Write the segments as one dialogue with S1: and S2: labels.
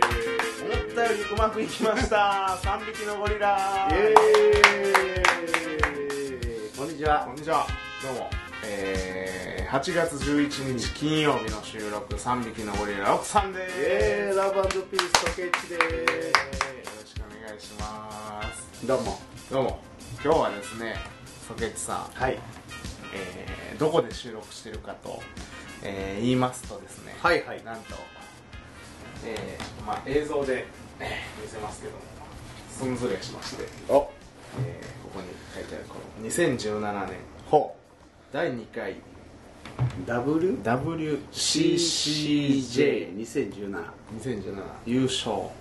S1: うまくいきました三匹のゴリラ
S2: イエーイこんにちは
S1: こんにちはどうもえー、8月11日金曜日の収録三匹のゴリラ奥さんで
S2: イ
S1: す
S2: エーイラブピースケッチで
S1: えーよろしくお願いします
S2: すどうも
S1: どうも今日はですねソケッチさん、
S2: はい
S1: えーどこで収録してるかと、えー言いますとですね
S2: はいはい
S1: なんと、えーまあ、映像で、えー見せますけどもすんずれしまして、
S2: お
S1: えーここに書いてあるこの2017年
S2: ほ
S1: 第2回
S2: う W
S1: WCCJ2017
S2: CCJ2017
S1: 優勝を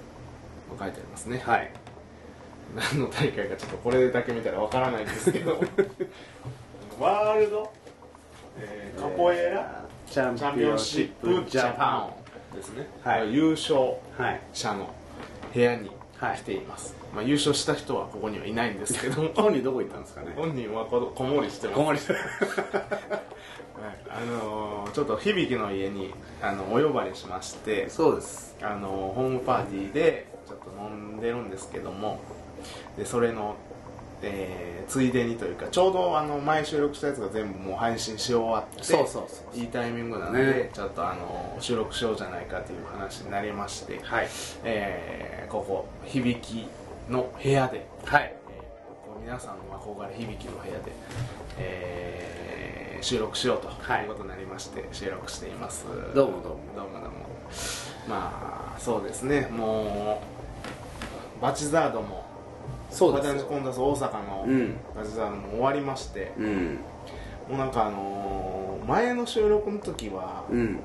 S1: 書いてありますね
S2: はい
S1: 何の大会かちょっとこれだけ見たらわからないんですけど ワールド、えーカポエラ、
S2: チャ
S1: チャン
S2: ン
S1: ピ
S2: ピ
S1: オ
S2: オ
S1: ン
S2: ン
S1: シ
S2: シ
S1: ッ
S2: ッ
S1: プ
S2: プ
S1: ジ
S2: ジ
S1: ャ
S2: ャ
S1: パ
S2: パ
S1: ンですね、
S2: はい
S1: 優勝
S2: ンはい
S1: 者の部屋に
S2: はい
S1: 来ています、まあ、優勝した人はここにはいないんですけど も
S2: 本人どこ行ったんですかね
S1: 本人はここもりしてます
S2: こもり
S1: はいあのーちょっと響の家にあのお呼ばれしまして
S2: そうです
S1: あのホームパーティーでちょっと飲んでるんですけどもでそれの、えーついでにというかちょうどあの前収録したやつが全部もう配信し終わって
S2: そうそうそう
S1: いいタイミングなので、
S2: ね
S1: ちょっとあの収録しようじゃないかという話になりまして、
S2: はい
S1: えーここ響きの部屋で、
S2: はい
S1: えーこう皆さんの憧れ響きの部屋で、えー収録しようと
S2: はい
S1: いうことになりまして、収録しています
S2: どうもどうも
S1: どうもどうもまあそうですねもうバチザードも
S2: そうですよ
S1: バチザードコンダス大阪の、
S2: うん
S1: バチザードも終わりまして、
S2: うん
S1: もうなんかあのー前の収録の時は、
S2: うん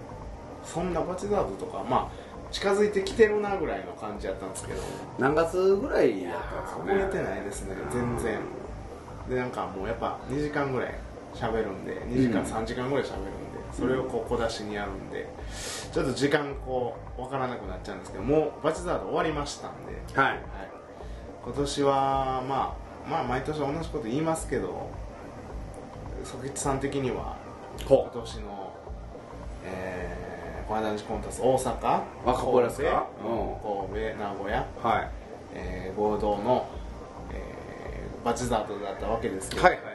S1: そんなバチザードとかまあ近づいてきてるなぐらいの感じやったんですけど
S2: 何月ぐらいだったんですか
S1: 覚
S2: ね
S1: えてないですね全然でなんかもうやっぱ2時間ぐらい喋るんで2時間、
S2: うん
S1: 3時間ぐらい喋るんでそれをこう小出しにやるんでちょっと時間こう分からなくなっちゃうんですけどもうバチザード終わりましたんで、はい、
S2: はい
S1: 今年はまあまあ毎年同じこと言いますけどソケッチさん的には今
S2: ほ
S1: 年のえー、この間のコンタス大阪
S2: あここですか
S1: 神戸神戸名古屋
S2: うはい
S1: えー合同の、えーバチザートだったわけですけど、
S2: はい
S1: えー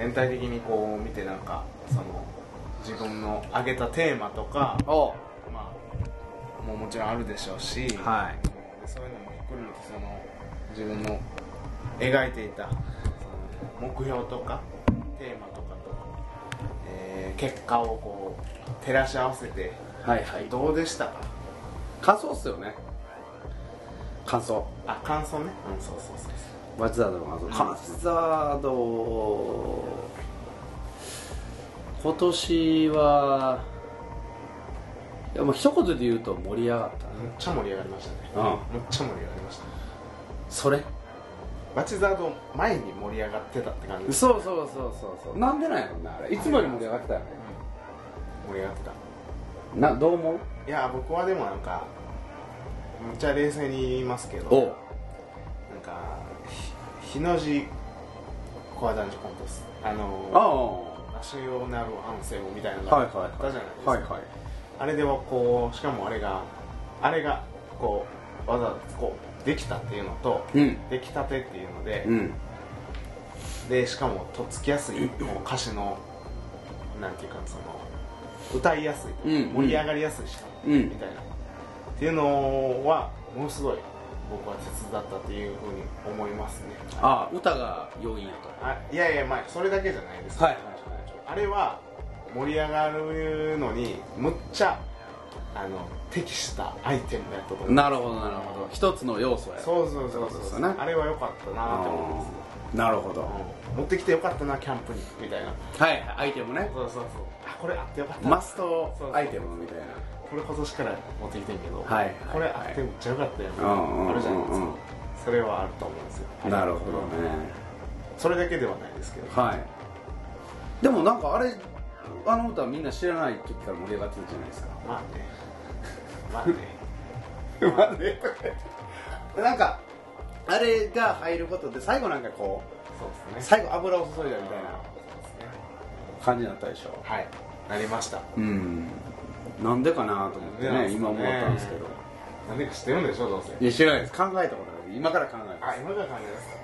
S1: 全体的にこう見てなんかその自分の挙げたテーマとか、
S2: おう
S1: まあ、もうもちろんあるでしょうし、
S2: はい
S1: でそういうのもひっくるめてその自分の描いていたその目標とかテーマとかと、えー結果をこう照らし合わせて
S2: はいはい
S1: どうでしたか
S2: 感想っすよね感想
S1: あ感想ねうんそうそうそうそう
S2: バチザードの感想バチザード今年はいやもう一言で言うと盛り上がったね
S1: めっちゃ盛り上がりましたね、
S2: う
S1: めっちゃ盛り上がりました
S2: それ
S1: バチザード前に盛り上がってたって感じです
S2: そうそうそうそうそうなんでなんやろなあれいつもより盛り上がってたよね
S1: 盛り上がってた
S2: などう思う
S1: いや僕はでもなんかめっちゃ冷静に言いますけど
S2: おう
S1: なんかひ日の字コア男女コントスあの
S2: ああ
S1: ナショナルアンセムみたいなのが
S2: はい
S1: あ
S2: はい
S1: ったじゃないですか、
S2: はいはい
S1: あれではこうしかもあれがあれがこうわざわざこうできたっていうのと、
S2: うん
S1: できたてっていうので、
S2: うん
S1: でしかもとっつきやすいもう歌詞のなんていうかその歌いやすい、
S2: うん
S1: 盛り上がりやすいしかも、
S2: うん
S1: みたいなっていうのはものすごい僕は手伝ったっていうふうに思いますね
S2: ああ歌が要因やと
S1: あいやいやまあそれだけじゃないです
S2: はい
S1: あれは盛り上がるのにむっちゃあの適したアイテムやったと思う
S2: なるほどなるほど一つの要素や
S1: そうそうそうそう
S2: そ
S1: そうう、
S2: ですね
S1: あれは良かったなって思います
S2: うなるほどは
S1: うん持ってきて良かったなキャンプにみたいない
S2: はいアイテムね
S1: そうそうそうあこれあってよかった
S2: マストアイテムみたいな
S1: これ今年から持ってきてんけど、
S2: はいはい
S1: これあってめっちゃよかったよ、ね
S2: うんうんうんうん
S1: あるじゃないですかそれはあると思うんですよ
S2: なるほどね
S1: それだけではないですけど
S2: はいでもなんかあれあの歌はみんな知らない時から盛り上がってるじゃないですか
S1: まあね まあね
S2: まあねなんかあれが入ることで最後なんかこ
S1: そう
S2: う
S1: ですね
S2: 最後油を注いだみたいな
S1: そうですね
S2: 感じになったでしょ
S1: はいなりました
S2: うんなんでかなと思って
S1: なんでなん
S2: ね
S1: ですかね
S2: 今思ったんですけど
S1: なんでか知ってるんでしょどうせ
S2: いや知らないです考えたことない今から考えま
S1: あ
S2: す
S1: 今から考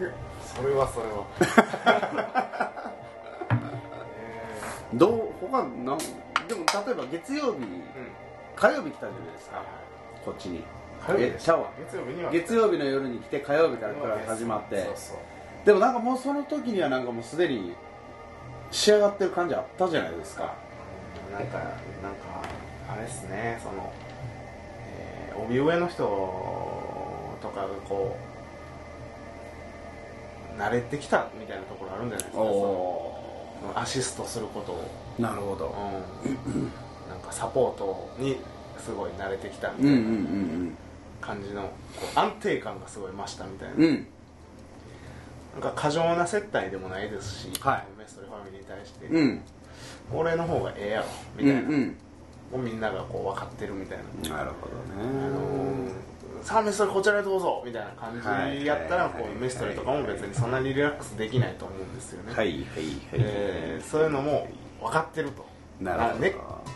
S1: えますそれはそれは え
S2: どう他なんでも例えば月曜日
S1: ーうん
S2: 火曜日来たじゃないです
S1: は
S2: かこっちに
S1: いはい
S2: えちゃうわ
S1: 月曜日には
S2: 月曜日の夜に来て火曜日からから始まって
S1: そうそう
S2: でもなんかもうその時にはなんかもうすでに仕上がってる感じあったじゃないですか
S1: なんかなんかあれですねその、えー帯上の人とかがこう慣れてきたみたいなところあるんじゃないですかそのアシストすることを、
S2: ーなるほど
S1: うん、なんかサポートにすごい慣れてきたみ
S2: うん
S1: た
S2: う
S1: い
S2: ん
S1: な感じの、こう安定感がすごい増したみたいな,、
S2: うんうんうん
S1: なんか過剰な接待でもないですし、
S2: はい
S1: メストレファミリーに対して、
S2: うん
S1: 俺の方がええやろみ
S2: うん
S1: たいな、
S2: うん
S1: をみんながこう分かってるみたいな。
S2: なるほ
S1: あの
S2: どね
S1: ー、サーメストレこちらへどうぞみたいな感じやったら
S2: はい
S1: こうメストレとかも別にそんなにリラックスできないと思うんですよね、
S2: はいはい
S1: えーそういうのも分かってると
S2: なるほど
S1: あ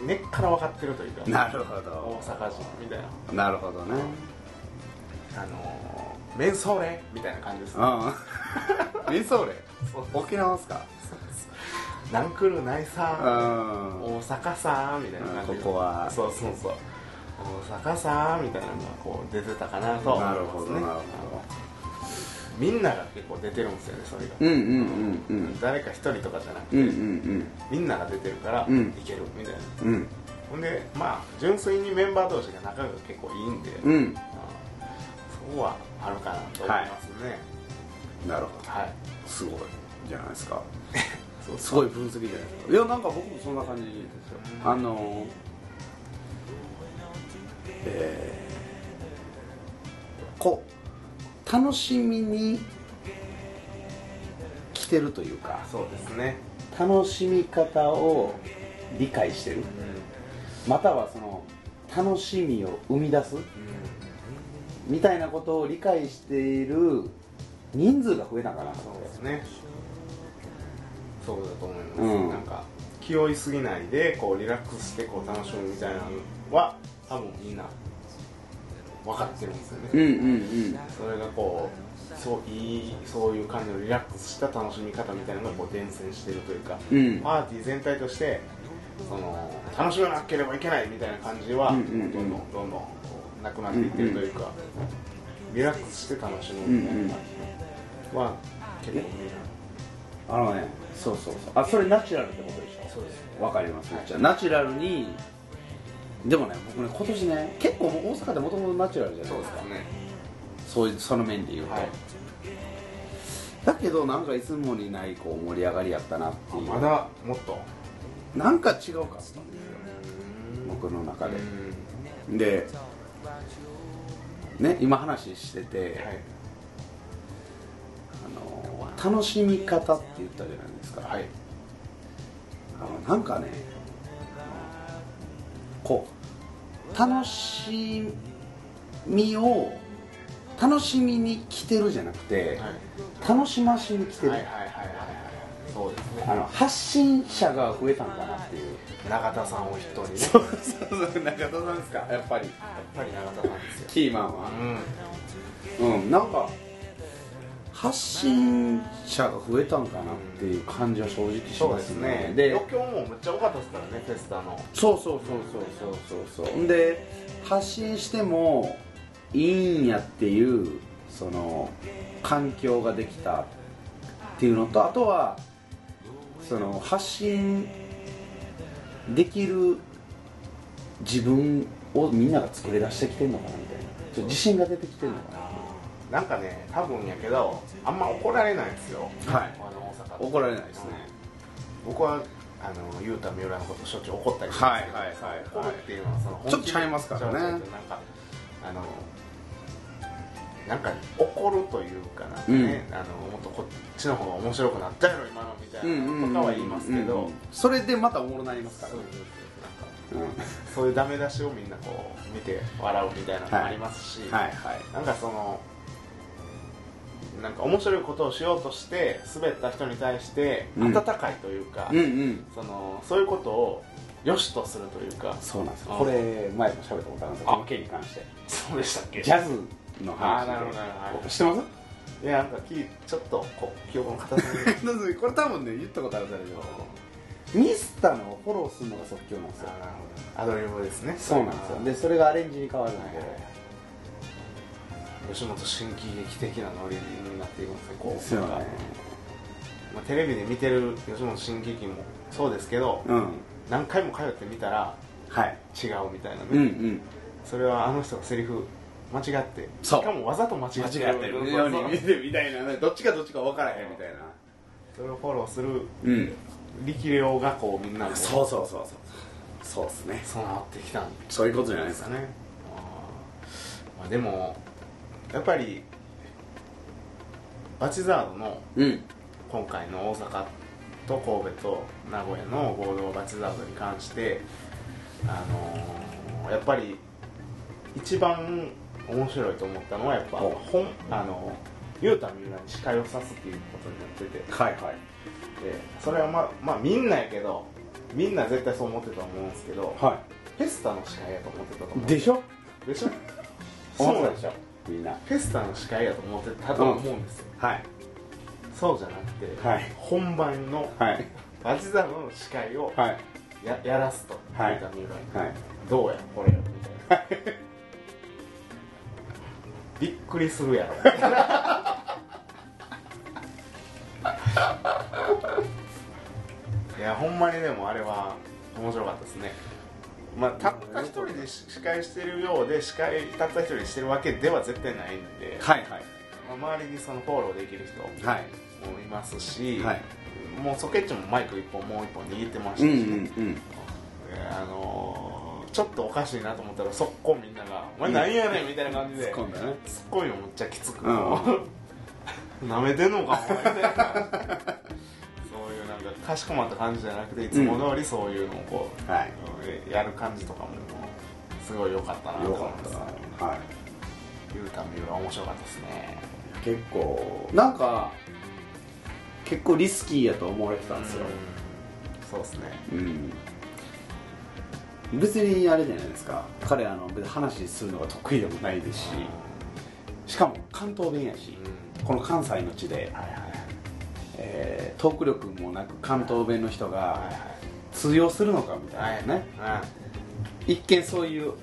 S1: 根根っから分かってるというか
S2: なるほ
S1: 大
S2: ど
S1: 阪人みたいな
S2: なるほどね
S1: あのー、メンソーレみたいな感じですね
S2: うんえそれ沖縄っすか
S1: なんくるないさ
S2: うん
S1: 大阪さみたいな感じ
S2: うんここは
S1: そうそうそう大阪さみたいなのがこう出てたかなと思います、ね、
S2: なるほどなるほ
S1: みんなが結構出てるんですよねそれが
S2: どうんうんうんうん
S1: 誰か一人とかじゃなくて、
S2: うんうん
S1: みんなが出てるから、
S2: うん
S1: いけるみたいな
S2: うんうん
S1: ほんでまあ純粋にメンバー同士が仲が結構いいんで、
S2: う
S1: あ
S2: ん
S1: そこはあるかなと思いますね
S2: なるほど
S1: はい、
S2: すごいじゃないですか
S1: そう
S2: すごい分析じゃないですかいやなんか僕もそんな感じですよあのえーこう楽しみに来てるというか
S1: そうですね、
S2: 楽しみ方を理解してる
S1: うん
S2: またはその楽しみを生み出すみたいなことを理解している人数が増えたかなと
S1: そ
S2: 思
S1: う
S2: って
S1: ですねそうだと思います、
S2: うん
S1: なんか気負いすぎないでこうリラックスしてこう楽しむみたいなのは多分みんな分かってるんですよね、
S2: うんうん
S1: それがこうそういいそういう感じのリラックスした楽しみ方みたいなのがこう伝染してるというか、
S2: うん
S1: パーティー全体としてその楽しまなければいけないみたいな感じは、
S2: うんうんうん
S1: どんどんどんどんこうなくなっていってるというか、リラックスして楽しむみたいな感じは、結構見え
S2: あのねそうそうそうあそれナチュラルってことでしょ
S1: そうです
S2: わかりますめっちゃナチュラルにでもね僕ね今年ね結構もう大阪でもともとナチュラルじゃないですか
S1: ね
S2: そういうその面で言うと、
S1: はい
S2: だけどなんかいつもにないこう盛り上がりやったなって
S1: あ
S2: いう
S1: まだもっと
S2: なんか違うかったんですよ僕の中で
S1: うん
S2: でね今話してて、
S1: はい
S2: あの楽しみ方って言ったじゃないですか、
S1: はい
S2: あのなんかねこう楽しみを楽しみに来てるじゃなくて、
S1: はい
S2: 楽しましに来てる、
S1: はいはいはいはいはいそうですね
S2: あの発信者が増えたんかなっていう
S1: 永田さんを筆頭にね
S2: そうそうそう中田さんですかやっぱり
S1: やっぱり永田さんですよ
S2: キーマンは
S1: うん
S2: うんなんか発信者が増えたんかなっていう感じは正直し
S1: そう
S2: ま
S1: ですす
S2: ね
S1: ね
S2: で
S1: 余興もめっちゃ多かったですからねフェスタの
S2: そうそうそうそうそうそうそうで発信してもいいんやっていうその環境ができたっていうのとあとはその発信できる自分をみんなが作り出してきてんのかなみたいなちょっと自信が出てきてんのか
S1: なんかね多分やけどあんま怒られないんですよ
S2: なは
S1: あの大阪って
S2: 怒られないですね
S1: 僕はあのゆうた三浦のことしょっちゅう怒ったり
S2: はい
S1: するんですけど
S2: はいはいはい
S1: 怒るっていうのはその
S2: ちょっとちゃいますからね
S1: ちょっとなんかあのなんか怒るというかなんかね、あのもっとこっちの方が面白くなったやろ今のみたいなことは言いますけど、
S2: うんうんそれでまたおもろなります
S1: そ
S2: か
S1: う
S2: ら
S1: そうそう
S2: ね
S1: なんか
S2: うんは
S1: そういうダメ出しをみんなこう見て笑うみたいなのもありますし、
S2: いはい
S1: なんかそのなんか面白いことをしようとして滑った人に対して
S2: う
S1: 温
S2: ん
S1: かいというか、
S2: うんうん
S1: そのそういうことを良しとするというか
S2: そうなんですよ
S1: うん
S2: これ前も喋ったことあるんですよ
S1: あ
S2: この件に関して
S1: そうでしたっけ
S2: ジャズの
S1: あ
S2: 話
S1: あ
S2: で
S1: なるほどなるほど
S2: 知ってます
S1: いやなんかきちょっとこう記憶の片隅に
S2: だってこれ多分ね言ったことあるんだけどミスターのをフォローするのが即興なんですよ
S1: あなるほどアドリブですね
S2: そうなんですよでそれがアレンジに変わるんで
S1: 吉本新喜劇的なノリになっていますねこう
S2: ですよ
S1: なん
S2: ね
S1: かまあ、テレビで見てる吉本新喜劇もそうですけど、
S2: うん
S1: 何回も通ってみたら
S2: はい
S1: 違うみたいなね、
S2: うんうん
S1: それはあの人がセリフ間違って
S2: そう
S1: しかもわざと間違ってる
S2: よう
S1: そう
S2: に見てみたいなどっちがどっちか分からへんみたいな
S1: それをフォローする
S2: うん
S1: 力量がこうみんなこ
S2: そうそうそうそうそうですね
S1: 備わってきたんじ
S2: そういうことじゃ
S1: ゃ
S2: な
S1: ないい
S2: で
S1: ですす
S2: か
S1: かねあーまあ、でもやっぱりバチザードの
S2: うん
S1: 今回の大阪と神戸と名古屋の合同バチザードに関して、あのーやっぱり一番面白いと思ったのはやっぱ
S2: お
S1: 本あの雄太三浦に司会をさすっていうことになってて
S2: はいはい
S1: でそれはまあまあみんなやけどみんな絶対そう思ってたと思うんですけど
S2: は
S1: フェスタの司会やと思ってたと思う
S2: でしょ
S1: でしょ
S2: 思
S1: そう
S2: っ
S1: なんで
S2: てたでし
S1: す
S2: ょ
S1: よ
S2: みんな
S1: フェスタの司会やと思ってたと思うんですよ、
S2: はい
S1: そうじゃなくて、
S2: はい
S1: 本番の
S2: はい
S1: バチザードの司会を
S2: はい
S1: ややらすと、
S2: はい
S1: 言うた三浦に
S2: はい
S1: どうやこれみたいな びっくりする やろいやほんまにでもあれは面白かったですねまあたった一人で司会してるようで司会たった一人でしてるわけでは絶対ないんで、
S2: はいはい
S1: まあ、周りにそのフォローできる人
S2: はい
S1: もいますし、
S2: はい
S1: もうソケッチもマイク一本もう一本握ってましたし、
S2: うんうんうん
S1: あのーちょっとおかしいなと思ったら速攻みんなが「お前なんやねん」みたいな感じ でツ
S2: 今度ね
S1: ッコミもむっちゃきつく
S2: う
S1: なめてんのかお前みたいなそういうなんかかしこまった感じじゃなくていつも通りそういうのをこう、
S2: はい
S1: うんやる感じとかもすごい良かったなと
S2: よ
S1: 思い
S2: か
S1: ます
S2: ったなはい
S1: ゆうたみは面白かったですね
S2: 結構なんか結構リスキーやと思われてたんですよ
S1: うんそうですね
S2: うん別にあれじゃないですか彼あの別に話するのが得意でもないですししかも関東弁やし
S1: う
S2: この関西の地で
S1: ん、はいはいはい
S2: えートーク力もなく関東弁の人
S1: は
S2: が
S1: い
S2: 通用するのかみ
S1: は
S2: た
S1: い
S2: いなね
S1: は
S2: 一見そういう
S1: いうん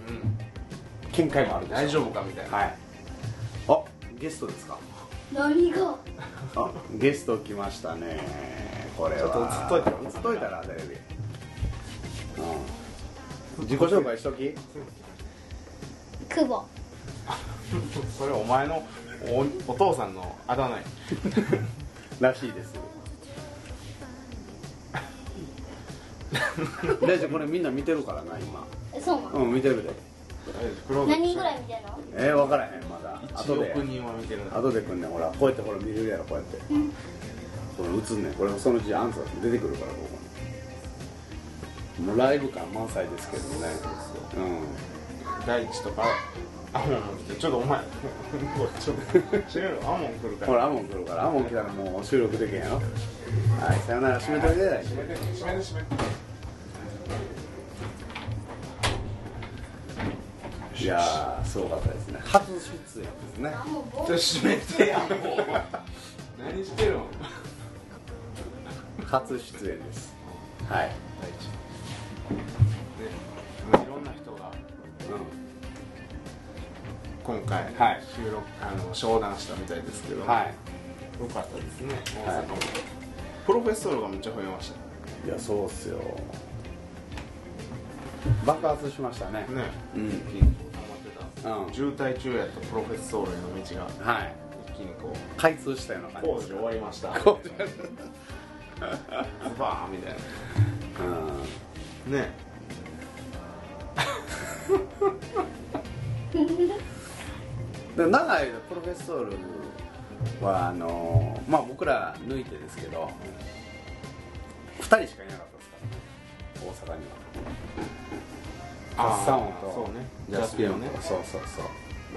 S2: 見解もあるでしょ
S1: 大丈夫かみたいな、
S2: はいあゲストですか
S3: 何が
S2: あゲスト来ましたねこれは
S1: ちょっと映っといたら
S2: 映っといたらテレビ、うん、自己紹介しとき
S3: 久保
S1: それお前のおお父さんのあだ名や
S2: らしいです大丈夫これみんな見てるからな今
S3: えそうなの、
S2: うん見てるで
S3: 何人ぐらい見てんの
S2: えー、分からへんまだ
S1: 1
S2: 後で
S1: 億人は見てるな
S2: 後で来んねんほらこうやってほら見れるやろこうやってこれ映んねんこれそのうちアンサー出てくるからここにもうライブ感満載ですけどねうん
S1: 大地とかアモンも来てちょっと お前ちょっと知れるアモン来るから
S2: ほらアモン来るからアモン来たらもう収録できへんやろはいさよなら締めといてください
S1: 閉めて閉めて閉めて
S2: いやーすごかったですね初出演ですね
S3: あもう
S1: ちょっと閉めてやもう何してるの
S2: 初出演ですはい、
S1: 大地でいろんな人が今回、
S2: はい
S1: 収録あの商談したみたいですけ
S2: う
S1: ど、
S2: ん、は
S1: よかったですね大
S2: はい
S1: 阪も、プロフェッソルがめっちゃ増えまし
S2: いいやそうっすよ爆発しましたね
S1: たねね
S2: うん
S1: 一気に溜まってた
S2: うん
S1: 渋滞中やったプロフェッソールへの道が
S2: はい
S1: 一気にこう
S2: 開通したような感じ
S1: 工事終わりましたズ
S2: 工事
S1: バーンみたい
S2: うん
S1: なね
S2: で長い間プロフェッソールはあのまあ僕ら抜いてですけど2人しかいなかったですからね大阪にはカッサン
S1: そ
S2: と
S1: うね
S2: ジャスピオン
S1: ジャスピオンね
S2: とそうそうそう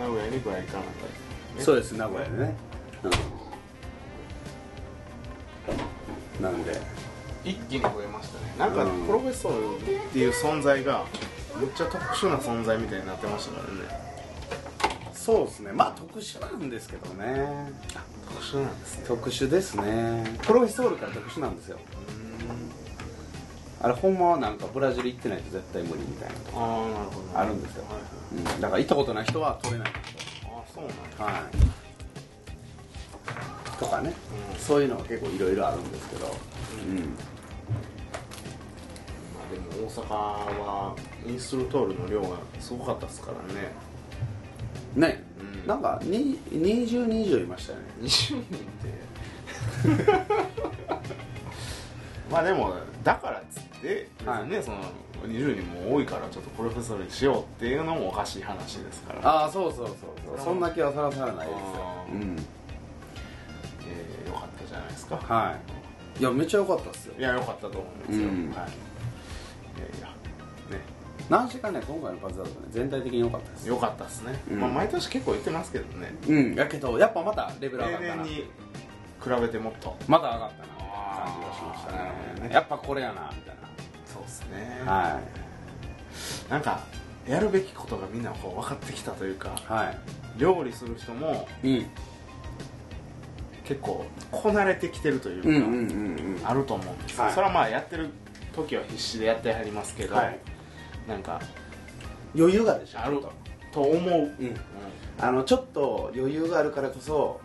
S1: 名古屋にぐらい行かなかったですね
S2: そうです名古屋でね、うん、なんで
S1: 一気に増えましたねなんか
S2: うん
S1: プロフェッソールっていう存在がめっちゃ特殊な存在みたいになってましたからね
S2: そうですねまあ特殊なんですけどね
S1: 特殊なんですね
S2: 特殊ですねプロフェッソールから特殊なんですよあれほんまはなんかブラジル行ってないと絶対無理みたいな、
S1: ああなるほど
S2: あるんですよ
S1: はいはい
S2: うん、だから行ったことない人は取れないんですよ
S1: ああそうなんだ
S2: はいとかね、
S1: うん
S2: そういうのが結構いろいろあるんですけど、うん、
S1: まあでも大阪はインストルトールの量がすごかったですからね
S2: ね、
S1: うん
S2: なんかに20人以上いましたよね
S1: 20人ってまあでもだからっつって別にね、その20人も多いからちょっとプロフェッサーにしようっていうのもおかしい話ですから、
S2: ああそうそうそうそうそんな気はさらさらない
S1: あ
S2: ですよ、
S1: ー
S2: うん、
S1: えー、よかったじゃないですか、
S2: はいいやめっちゃ良かったっすよ
S1: い、やよかったと思うんですよ、
S2: うん
S1: はいいやいやね
S2: 何しかね今回のパズドラね全体的に良かったです
S1: よかったっすね、
S2: うん
S1: まあ毎年結構言ってますけどね
S2: うんやけどやっぱまたレベル上が
S1: 例
S2: っ
S1: 年
S2: たな
S1: に比べてもっと
S2: また上がったなみたいな感じがしましたねやっぱこれやなみたい
S1: そうっすね
S2: なは
S1: なんかやるべきことがみんなこう分かってきたというか
S2: いは
S1: 料理する人も
S2: いうん
S1: 結構こなれてきてるというか、
S2: うんうんうんうん
S1: あると思うんですよ、
S2: はい
S1: それはまあやってる時は必死でやってはりますけど、
S2: はい
S1: なんか
S2: 余裕がでしょ
S1: あると思う、うん
S2: うんあのちょっと余裕があるからこそ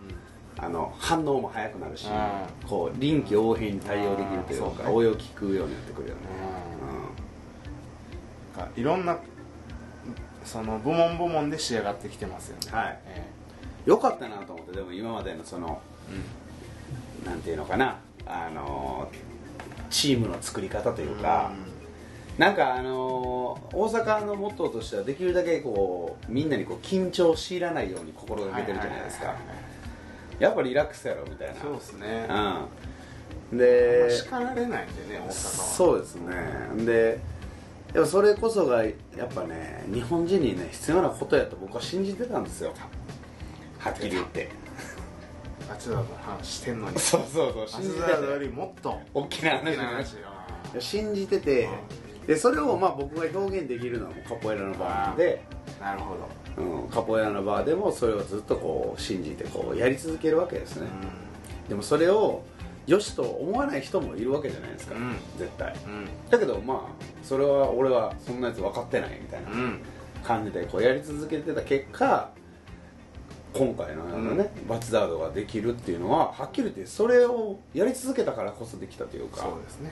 S2: あの反応も早くなるし
S1: う
S2: こう臨機応変に対応できるという
S1: あーそう
S2: か
S1: か
S2: 応用利くようになってくるよね
S1: なんかいろんなその部門部門で仕上がってきてますよね
S2: はい
S1: え
S2: 良かったなと思ってでも今までのその
S1: えうん
S2: なんていうのかなあのチームの作り方というか、なんかあのー大阪のモットーとしてはできるだけこうみんなにこう緊張を強いらないように心がけてるじゃないです
S1: は
S2: か
S1: ははいはい
S2: やっぱリラックスやろみたいな
S1: そうですね、
S2: うんで
S1: まあ叱られないんでね大阪は
S2: そうですねででもそれこそがやっぱね日本人にね必要なことやと僕は信じてたんですよはっきり言って
S1: あっちだと話してんのに
S2: そうそうそう
S1: あ
S2: 信
S1: っ
S2: じて
S1: ち
S2: た
S1: だとよりもっと
S2: 大きな
S1: 大
S2: 話
S1: きな
S2: だね
S1: 話よ
S2: 信じててでそれをまあ僕が表現できるのはもうカポエラの場なんで、
S1: なるほど
S2: うん、カポエラのバーでもそれをずっとこう信じてこうやり続けるわけですね、でもそれをよしと思わない人もいるわけじゃないですか、
S1: うん
S2: 絶対
S1: うん
S2: だけどまあそれは俺はそんなやつ分かってないみたいな
S1: うんうん
S2: 感じでこうやり続けてた結果今回のようなね、バチザードができるっていうのははっきり言ってそれをやり続けたからこそできたというか
S1: そうですね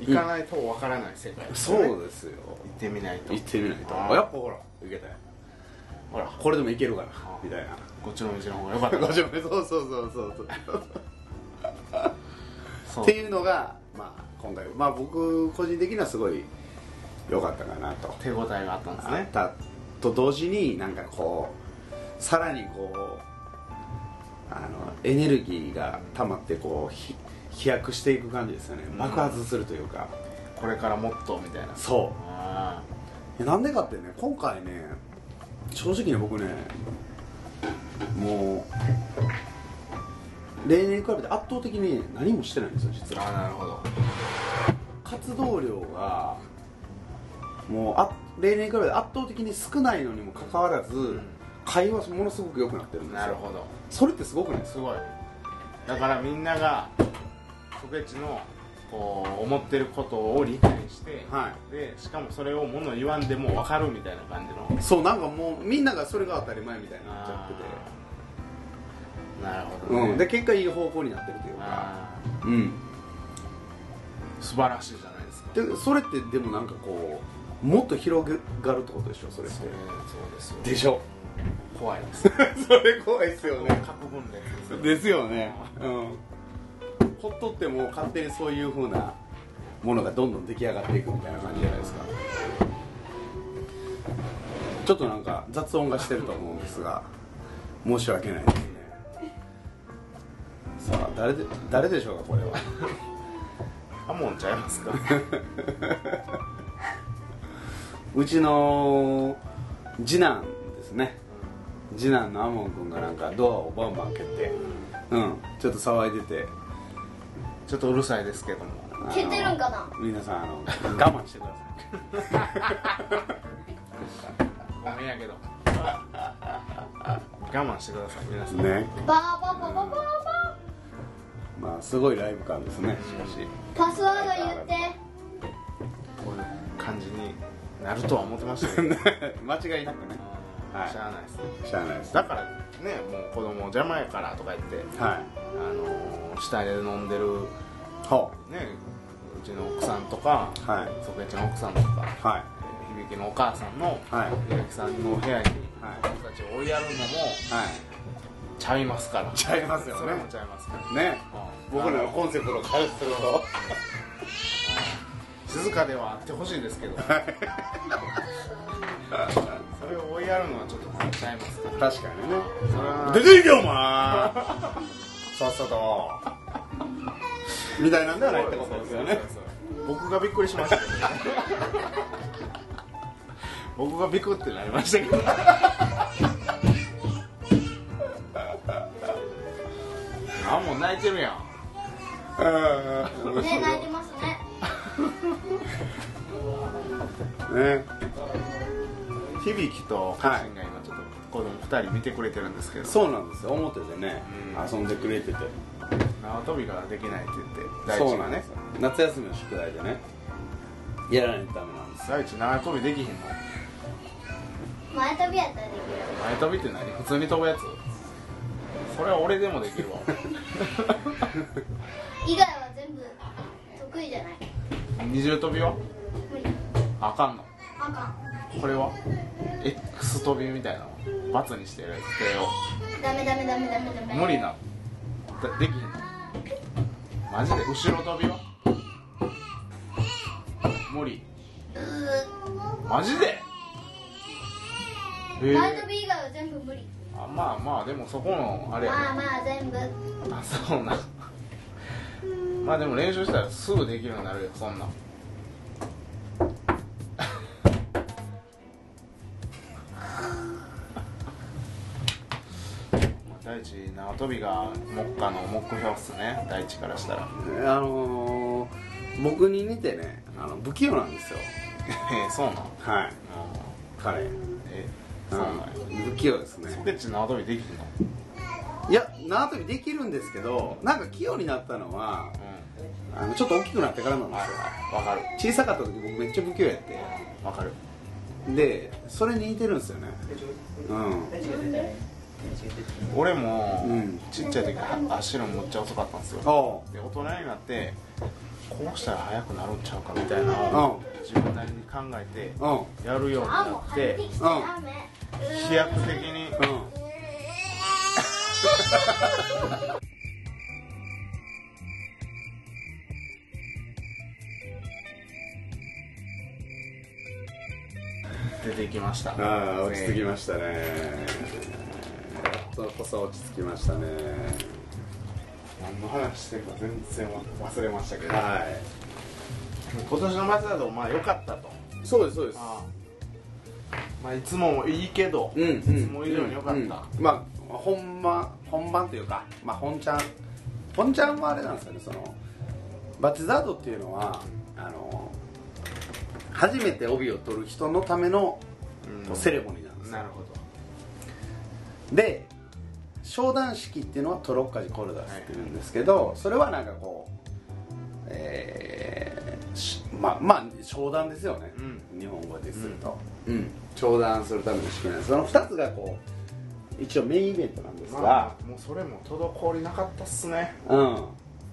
S1: 行かないとわからない世界です
S2: そ
S1: よ
S2: う
S1: ね
S2: ですよ
S1: 行ってみないと
S2: 行ってみないと
S1: あ
S2: や
S1: ー
S2: っぱほらいけたよ
S1: ほら
S2: これでもいけるかな
S1: あー
S2: みたいな
S1: こっちの道の方が良かったか
S2: ご自分そうそうそうそうそう
S1: そう
S2: っていうのが、まあ、今回、まあ、僕個人的にはすごい良かったかなと
S1: 手応えがあったんです
S2: あっ
S1: ね
S2: たと同時になんかこうさらにこうあのエネルギーが溜まってこうひ飛躍していく感じですよね爆発するというか、
S1: これからもっとみたいな
S2: そ
S1: あ
S2: ういやなんでかってね今回ね正直ね僕ねもう例年に比べて圧倒的に何もしてないんですよ
S1: ー
S2: 実は
S1: あーなるほど
S2: 活動量がもうあ例年に比べて圧倒的に少ないのにもかかわらず、
S1: ん
S2: 会話ものすごく良くなってるんですよ
S1: なるほど
S2: それってすごくないです
S1: すごいだからみんながソケチのこう思ってることを理解して、
S2: は
S1: でしかもそれを物言わんでも分かるみたいな感じの
S2: そうなんかもうみんながそれが当たり前みたいになっちゃっ
S1: あーなるほ
S2: て
S1: ど、
S2: て、
S1: ね
S2: うん、で結果いい方向になってるというか
S1: あ
S2: うん
S1: ー素晴らしいじゃないですか
S2: でそれってでもなんかこうもっと広がるってことでしょそれって
S1: そうそうですよ
S2: でしょ
S1: 怖い ですね
S2: それ怖いですよね
S1: 核分裂ですよ
S2: ですよねうんほっとっても勝手にそういうふうなものがどんどん出来上がっていくみたいな感じじゃないですかちょっとなんか雑音がしてると思うんですが申し訳ないですねさあ誰で誰でしょうかこれは
S1: ハモンちゃいますか
S2: うちの次男ですね次男のアモン君がなんかドアをバンバン開けてうんちょっと騒いでて
S1: ちょっとうるさいですけども
S2: あの
S3: 蹴ってるんかな
S2: 皆さんあの我慢してください
S1: ごめんやけど 我慢してください皆さん
S2: ね
S3: バーバーバーバーバーバ
S2: まあすごいライブ感ですねしかし
S3: ーパスワード言って
S1: こういう感じになると は思ってましたけど
S2: 間違いなくねはい
S1: しゃあないですね
S2: しゃあないです
S1: だからねもう子供邪魔やからとか言ってあ
S2: は
S1: のー下で飲んでる
S2: いほ
S1: ねうちの奥さんとか
S2: うはい
S1: ソケちゃんの奥さんとか
S2: はい
S1: えー響のお母さんの
S2: はい
S1: 響さんの部屋に
S2: はい
S1: 僕たちを追いやるのも
S2: はい
S1: ちゃいますから
S2: ちゃいますよね
S1: それもちゃいますから
S2: ね僕らのコンセプトを変えてると
S1: 静かではあってほしいですけどそれを追いやるのはちょっとちゃいますから
S2: 確かにね
S1: それは
S2: 出ていけお前さっさとみたいなんではないってことですよね
S1: 僕がびっくりしました けどね僕がビクってなりましたけどあもう泣いてるやん
S2: うん
S3: ね泣いてますね
S2: ね
S1: 響と家臣が今ちょっと子供2人見てくれてるんですけど
S2: そうなんですよ表でね、
S1: う
S2: 遊んでくれてて
S1: 縄跳びができないって言って大
S2: そう
S1: 地
S2: な
S1: が
S2: んで
S1: ね
S2: すよ夏休みの宿題でねやらないとダメなんです
S1: 大地縄跳びできひんの
S3: 前飛びやったらできる
S1: 前跳びって何普通に飛ぶやつそれは俺でもできるわ
S3: 以外は全部得意じゃない
S1: 二重跳びは
S3: 無理
S1: あかんの
S3: あかん
S1: これは X 飛びみたいなの罰にしてるやつ手を
S3: ダメダメダメダメダメ
S1: 無理なだできへんマジで後ろ飛びは無理
S3: うー
S1: マジでえ
S3: 前飛び以外は全部無理
S1: あまあまあでもそこのあれや
S3: まあまあ全部
S1: なあそうなまあでも練習したらすぐできるようになるよそんなん大地縄跳びが目下の目標っすね大地からしたら
S2: あのー、僕に似てねあの不器用なんですよ
S1: えそうなん
S2: はい
S1: あー
S2: 彼
S1: えそうなんや
S2: 不器用です
S1: ソ
S2: ね
S1: ケッチ縄跳びできひんの
S2: いや縄跳びできるんですけどなんか器用になったのは
S1: う
S2: あのちょっと大きくなってからなん
S1: んあわかる
S2: ですよ小さかった時僕めっちゃ不器用やっ
S1: わかる
S2: てでそれに似てるんですよね
S1: 俺も、
S2: うん
S1: ちっちゃい時走るのむっちゃ遅かったんですよ
S2: うんお
S1: で大人になってこうしたら速くなるんちゃうかみたいな
S2: うん
S1: 自分なりに考え
S2: うんうん
S1: てやるようにな
S3: あもう
S1: っ
S3: 入っててきて
S2: うん
S3: ダメ
S1: 飛躍的に出てきました
S2: ああ落ち着き
S1: ま
S2: ましたねそれこそ落ち着きましたね
S1: 何の話してるか全然忘れましたけど
S2: は
S1: 今年のマスタードまあ良かったと
S2: いそうですそうです
S1: まあいつももいいけど、
S2: うんうん
S1: いつも以上に良かった、
S2: うんまあ本番本番というかまあ本ちゃん本ちゃんはあれなんですよねそのバチザードっていうのはあの初めて帯を取る人のための
S1: うん
S2: セレモニーなんですよ、
S1: なるほど
S2: で商談式っていうのはトロッカジコルダスっていうんですけど、それはなんかこうえーしまあまあ商談ですよね、
S1: う
S2: 日本語ですると、うん商談するための式なんですその2つがこう一応メインイベントなんですが
S1: ま、あもうそれも滞りなかったっすね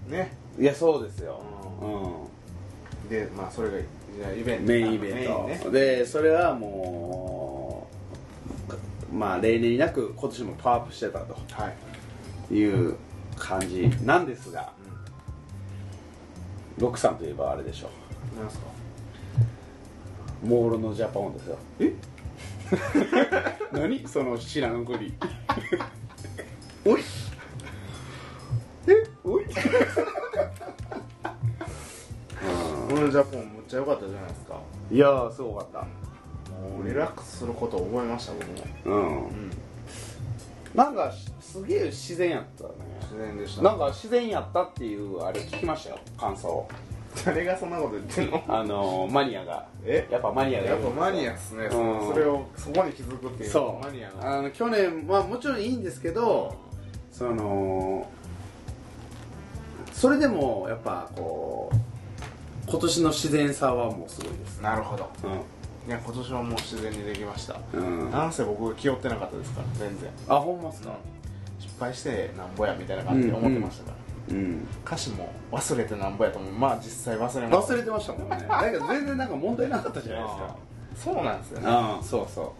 S1: ね
S2: うんいやそうですよ、
S1: う
S2: うん
S1: でまあそれがじゃあイベント
S2: メインイベント
S1: メインね
S2: でそれはもうまあ例年になく今年もパワーアップしてたと
S1: はい、
S2: いう感じなんですが、ロックさんといえばあれでしょ
S1: うん、なんすか
S2: う モールのジャパンですよ
S1: え
S2: 何その知らんふりおいえ おい
S1: このジャポンむっちゃ良かったじゃないですか
S2: いやーすごかった
S1: もうリラックスすることを覚えました僕も
S2: うん
S1: うん
S2: なんかしすげえ自然やったね
S1: 自然でした
S2: なんか自然やったっていうあれ聞きましたよ感想
S1: 誰がそんなこと言ってんの
S2: あのーマニアが
S1: え
S2: やっぱマニアがい
S1: や
S2: る
S1: っぱマニアっすね、
S2: うん
S1: それをそこに気づくっていう
S2: そう
S1: マニアな
S2: あの去年まあもちろんいいんですけどそのそれでもやっぱこう今年の自然さはもうすごいです
S1: なるほど
S2: う
S1: いや今年はもう自然にできました、
S2: ん、うん、あ
S1: なんせ僕気負ってなかったですから全然
S2: ほんまっすか
S1: 失敗してなんぼやみたいな感じで思ってましたから、
S2: うん
S1: 歌詞も忘れてなんぼやと思うまあ実際忘れました
S2: 忘れてましたも んねだけど全然なんか問題なかったじゃないですか
S1: そうなんですよね
S2: ああそうそ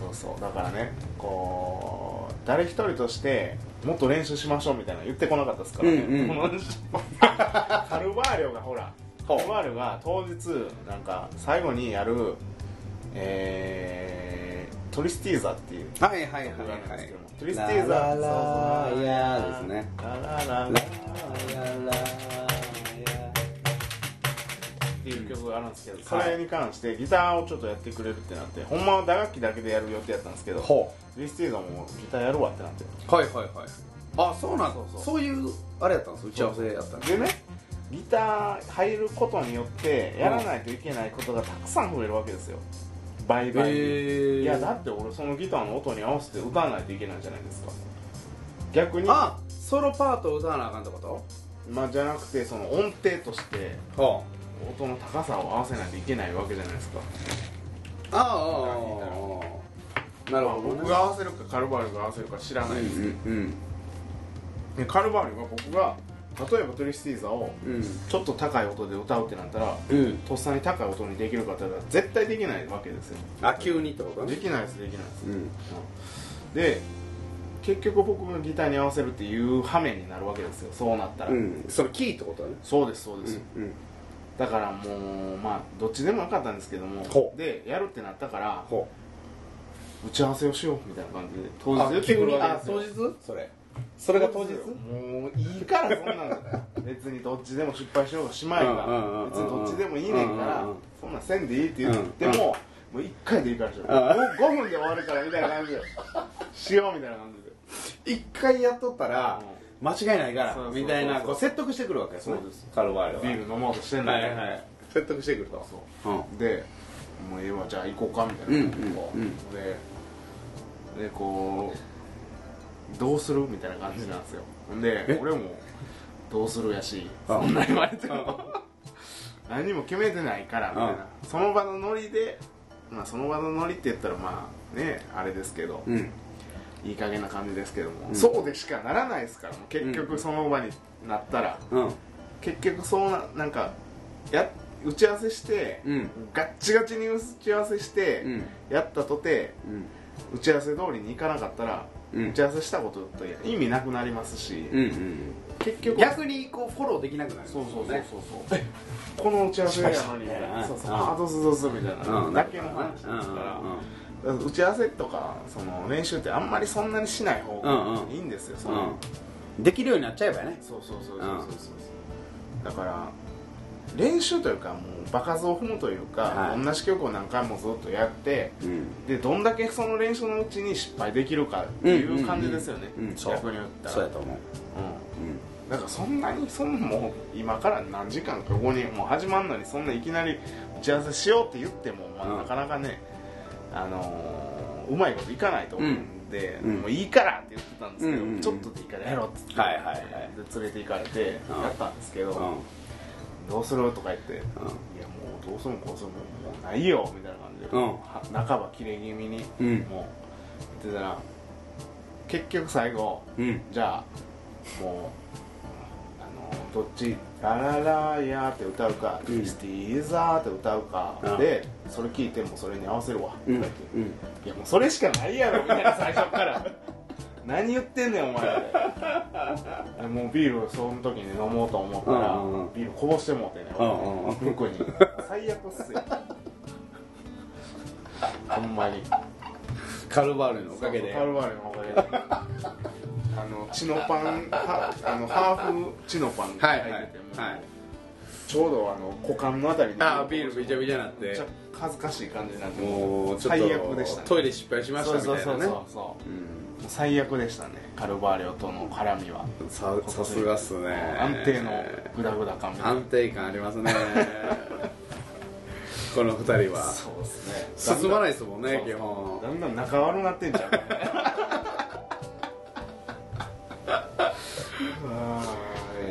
S1: そうそうだからねこう誰一人としてもっと練習しましょうみたいなの言ってこなかったですからね、
S2: うんうん
S1: このカルバーリョがほらカ
S2: ほう
S1: ルバーリョが当日なんか最後にやるえートリスティーザっていう
S2: うはいはいはい
S1: 曲があるん
S2: は
S1: です
S2: い
S1: けどもトリスティーザ
S2: ラララ
S1: そうそう
S2: いやーですね
S1: ララララ
S2: ラララ
S1: っていう曲があるんですけど、それに関してギターをちょっとやってくれるってなって、ほんまは打楽器だけでやる予定やったんですけど、ト
S2: ほ
S1: リスティーザもギターやるわってなって、
S2: うはいはいはいあそうなんそう
S1: そうそう
S2: いうあれやったんです打ち合わせやったんです
S1: でね、ギター入ることによって、やらないといけないことがたくさん増えるわけですよ、倍々に。
S2: え
S1: いや、だって俺、そのギターの音に合わせて歌わないといけないじゃないですか。逆に、
S2: あソロパートを歌わなあかんってこ
S1: まあ、じゃなくて、その音程として、
S2: とは
S1: 音の高さを合わせないといけないわけじゃないですか。
S2: あああああなる
S1: まあ
S2: ほどね
S1: 僕が合わせるか、カルバールが合わせるか知ら
S2: う
S1: ない
S2: ん
S1: ですけど。
S2: うん
S1: でカルバーリョが僕が例えばトリスティーザを
S2: うん
S1: ちょっと高い音で歌うってなったら
S2: うん
S1: とっさに高い音にできるかって言ったら絶対できないわけですよ
S2: あ急にってこと
S1: で
S2: ね
S1: きないですできないです、
S2: うん
S1: うんで結局僕がギターに合わせるっていう羽目になるわけですよそうなったら、
S2: うんそのキーってことだね
S1: そうですそうです、
S2: うんうん
S1: だからもうまあどっちでもよかったんですけども
S2: ほう
S1: でやるってなったから
S2: ほ
S1: 打ち合わせをしようみたいな感じで当
S2: う
S1: 日言ってくるわけ
S2: あ
S1: ですよ
S2: 当日それそれが当日
S1: もういいからそんなん別にどっちでも失敗しようがしまい
S2: うんうんうん
S1: が
S2: うん
S1: 別にどっちでもいいねんか
S2: うん
S1: ら
S2: うんうん
S1: そんなんせんでいいって言ってももう1回でいいからしよう
S2: う
S1: 5, 分で終わるからみたいな感じでしようみたいな感じで
S2: 一回やっとったら間違いない
S1: そう
S2: か
S1: そう
S2: ら
S1: そうそう
S2: みたいなこう説得してくるわけですね
S1: そうです
S2: カルバーレは
S1: ビール飲もうとしてんの
S2: は
S1: に
S2: いはい説得してくると
S1: そう
S2: うん
S1: うでもうええわじゃあ行こうかみたいな感じでこう
S2: うんうん
S1: ででこうどうするみたいな感じなんですよほんで
S2: え
S1: 俺もどうするやし
S2: あ
S1: そんな言われても何も決めてないからみたいなその場のノリでまあその場のノリって言ったらまあねあれですけど、
S2: うん
S1: いい加減な感じですけども、
S2: うん
S1: そうでしかならないですからもう結局その場になったら、
S2: うん
S1: 結局そうななんかや打ち合わせして、
S2: うん
S1: ガッチガチに打ち合わせして、
S2: うん
S1: やったとて
S2: うん
S1: 打ち合わせ通りに行かなかったら、
S2: うん
S1: 打ち合わせしたことと意味なくなりますし、
S2: うんうん
S1: 結局
S2: 逆にこうフォローできなくなる
S1: そうそうそうそう
S2: ね
S1: そう、この打ち合わせやのにみたい
S2: 確かにね
S1: なそうそう
S2: うん
S1: あどうぞどうぞみたいな、
S2: うん
S1: だけの話ですから、だから打ち合わせとかその練習ってあんまりそんなにしない方
S2: うん
S1: が
S2: うん
S1: いいんですよ、そ
S2: うん
S1: の
S2: うんできるようになっちゃえばね
S1: そうそうそうそうそうそうそうだから練習というかもう場数を踏むというか、
S2: はい
S1: 同じ曲を何回もずっとやって
S2: うん
S1: でどんだけその練習のうちに失敗できるかっていう感じですよね、
S2: うんうんうんそう
S1: 逆に言ったら
S2: そうやと思う
S1: うんなんかそんなにそんもう今から何時間か後にもう始まるのにそんないきなり打ち合わせしようって言っても、まあ
S2: うん
S1: なかなかね、あのーうまいこといかないと思うんで、
S2: うんうん
S1: もういいからって言ってたんですけど、
S2: うんうんうん
S1: ちょっとでいいからやろうって言って、
S2: はいはいはい
S1: で連れて行かれて
S2: うん
S1: やったんですけど、
S2: うん
S1: どうするとか言って、いやもうどうするもこうするももうないよみたいな感じで、
S2: うん
S1: は半ば切れ気味に、
S2: うん
S1: もう言ってたら結局最後
S2: うんうん
S1: じゃあもうあのどっち「ラララーや」って歌うか「
S2: うん
S1: スティーザー」って歌うか
S2: うん
S1: でそれ聞いてもうそれに合わせるわ
S2: う
S1: と
S2: ん
S1: か言って「いやもうそれしかないやろ」みたいな最初から何言ってんねんお前でもうビールその時に飲もうと思ったら
S2: うんうんうん
S1: ビールこぼしてもうてね
S2: うんうん
S1: 向こうに最悪っすよほんまに
S2: カルバールのおかげ
S1: そう
S2: で
S1: そうカルバーレのおか げであのチノパンはあのハーフチノパンが
S2: は
S1: 入
S2: い
S1: っ
S2: は
S1: て
S2: い
S1: て、
S2: はい
S1: ちょうどあの股間のあたりに
S2: あービールびちゃびちゃになっ
S1: めっちゃ
S2: て
S1: 恥ずかしい感じになって
S2: もうちょっと
S1: 最悪でしたね
S2: トイレ失敗しましたみたいな
S1: そうそう
S2: ね
S1: そうそうもう最悪でしたねカルバーレオとの絡みは
S2: うんささすがっすね
S1: 安定のグダグダ感みたいな
S2: 安定感ありますね この二人は
S1: そうですね
S2: 進まないですもんね
S1: そう
S2: 基本
S1: だんだん仲悪なってんじ ゃん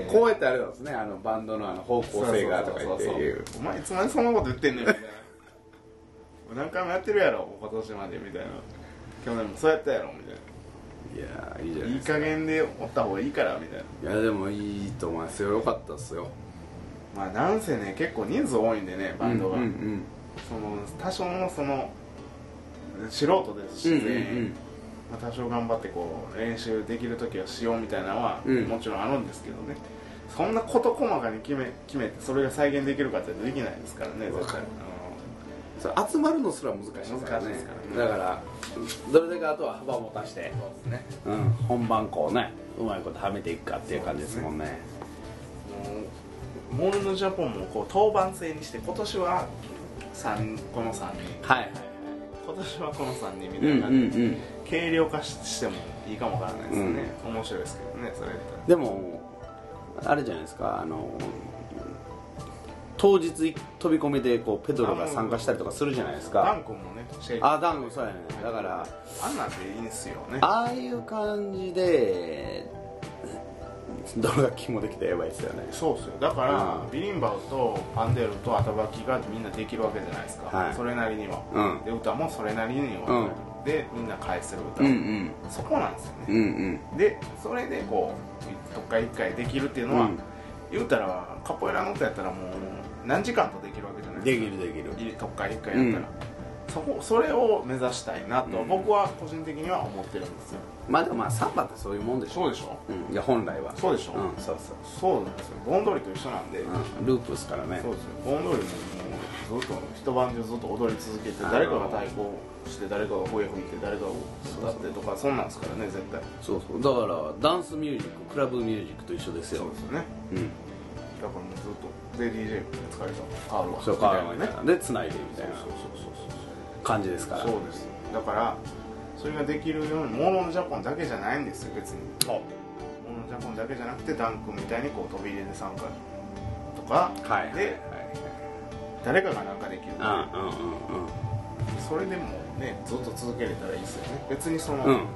S2: こうやってあれなんですねあのバンドのあの方向性がとか言っていう
S1: お前いつまでそんなこと言ってんねんみたいなもう何回もやってるやろ今年までみたいな去年もそうやったやろみたい
S2: いやーいいじゃ
S1: な
S2: ない
S1: いい
S2: ですか
S1: 加減でおった方がいいからみたいない
S2: やでもいいと思いますよよかったっすよ
S1: まあなんせね結構人数多いんでねバンドが、
S2: うんうん
S1: その多少のその素人ですし
S2: うんう
S1: ね、
S2: んうん
S1: まあ、多少頑張ってこう練習できる時はしようみたいなのは、
S2: うん
S1: もちろんあるんですけどねそんな事細かに決め決めてそれが再現できるかってできないですからね
S2: わかる
S1: 絶
S2: それ集まるのすら難しいですから
S1: 難しい
S2: ね
S1: ですからね
S2: だからどれだけあとは幅持たし
S1: 対う
S2: て
S1: んそうですね
S2: うん本番こうねうまいことはめていくかっていう感じですもんね
S1: もうモールのジャポンもこう当番制にして今年は三この3人
S2: はいはい
S1: 今年はこの3人み
S2: う
S1: た
S2: ん
S1: いな感
S2: うん
S1: じ
S2: う
S1: で、
S2: ん
S1: 軽量化ししてもいいかもわからないですね、面白いですけどねそれやったら
S2: でもあれじゃないですかあの当日飛び込みでこうペドロが参加したりとかするじゃないです
S1: ダ
S2: か
S1: ン君もねシェイク
S2: あダンそうやねだから
S1: あんなんでいいんすよね
S2: ああいう感じでドロ楽器もできたらやばいですよね
S1: そうっすよだから、
S2: うん
S1: ビリンバウとパンデルとアタバキがみんなできるわけじゃないですか、
S2: はい
S1: それなりには、
S2: うん
S1: で歌もそれなりには、でみんな返せる歌、
S2: うん
S1: そこなんですよ
S2: うんう
S1: ね、
S2: ん
S1: でそれでこう1回1回できるっていうのは、
S2: うん
S1: 言うたらカポエラの歌やったらもう何時間とできるわけじゃな
S2: う
S1: い
S2: ん
S1: でか
S2: ですきるできる
S1: 特会1回やったら、そこそれを目指したいなと、
S2: うん
S1: 僕は個人的には思ってるんですよ
S2: まあでもまあサンバってそういうもんでしょ
S1: そうでしょ
S2: うんいや本来は
S1: そうでしょ
S2: うんそうそう
S1: そうなんですよボンドリと一緒なんで、
S2: うんループですからね
S1: そうですよ盆踊りももうずっと一晩中ずっと踊り続けて誰かが太鼓して誰かが笛吹いて誰かが歌ってとかそんなんですからね絶対
S2: そうそうだからダンスミュージッククラブミュージックと一緒ですよ
S1: そうですよね
S2: うん
S1: だからもうずっとで DJ も疲れた変わるわ
S2: そう
S1: みた
S2: 変わ
S1: いな
S2: らない
S1: ね
S2: からで繋いでみ
S1: そう
S2: たいな
S1: そうそう
S2: 感じですから
S1: そうそうそうですだからそれができるようにモーロンジャポンだけじゃないんですよ別にモーロンジャポンだけじゃなくてダン君みたいにこう飛び入れで参加とか
S2: はいはいはい
S1: で誰かがなんかできる
S2: は
S1: それでもねずっと続けれたらいいですよね別にその、
S2: いうんうんうんうん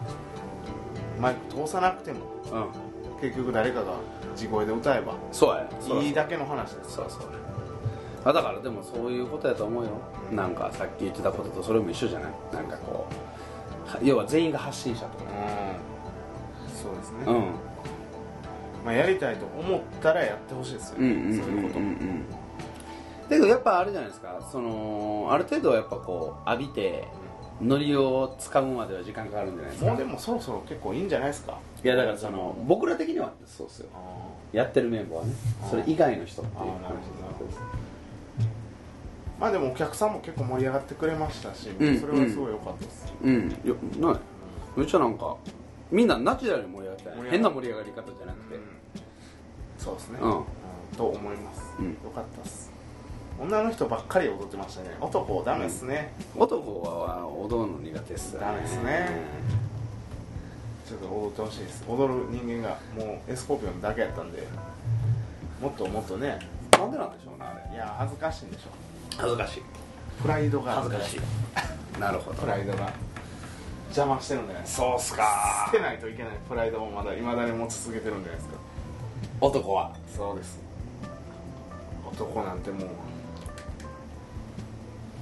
S1: マイク通さなくても
S2: うん
S1: 結局誰かが地声で歌えば
S2: そうやそうや
S1: いいだけの話です
S2: そうそうあだからでもそういうことやと思うよなんかさっき言ってたこととそれも一緒じゃないなんかこうは要は全員が発信者と
S1: う
S2: か
S1: んそうですね、
S2: うん
S1: まあ、やりたいと思ったらやってほしいですよ
S2: うん
S1: ね、
S2: うん
S1: そう
S2: うんうん
S1: いうこと、
S2: うんだけどやっぱあれじゃないですかそのある程度はやっぱこう浴びてノリをつかむまでは時間かかるんじゃないですか
S1: もうでもそろそろ結構いいんじゃないですか
S2: いやだからその僕ら的にはそうっすよ
S1: ああ
S2: やってるメンバーはねそれ以外の人っていう
S1: あー
S2: 話に
S1: なる
S2: なって
S1: ほ
S2: る
S1: ど
S2: んです
S1: まあでもお客さんも結構盛り上がってくれましたし、
S2: ん
S1: それはすごい良かったです、
S2: うんよないめっちゃなんかみんなナチュラルに盛り上がったよ
S1: 盛り上が
S2: ね
S1: る
S2: 変な盛り上がり方じゃなくて、
S1: そうですね、
S2: うん
S1: と思います、
S2: うん
S1: よかったです女の人ばっかり踊ってましたね男ダメですね、
S2: 男は踊るの苦手っすよ
S1: ダメっすねちょっと踊ってほしいです踊る人間がもうエスコーピオンだけやったんでもっともっとね
S2: なんでなんでしょうねあれ
S1: いや恥ずかしいんでしょ
S2: 恥ずかしい
S1: プライドが
S2: 恥ずかしいなるほど
S1: プライドが邪魔してるんじゃないですか
S2: そうっす
S1: 捨てないといけないプライドもまだいまだに持ち続けてるんじゃないですか
S2: 男は
S1: そうです男なんてもう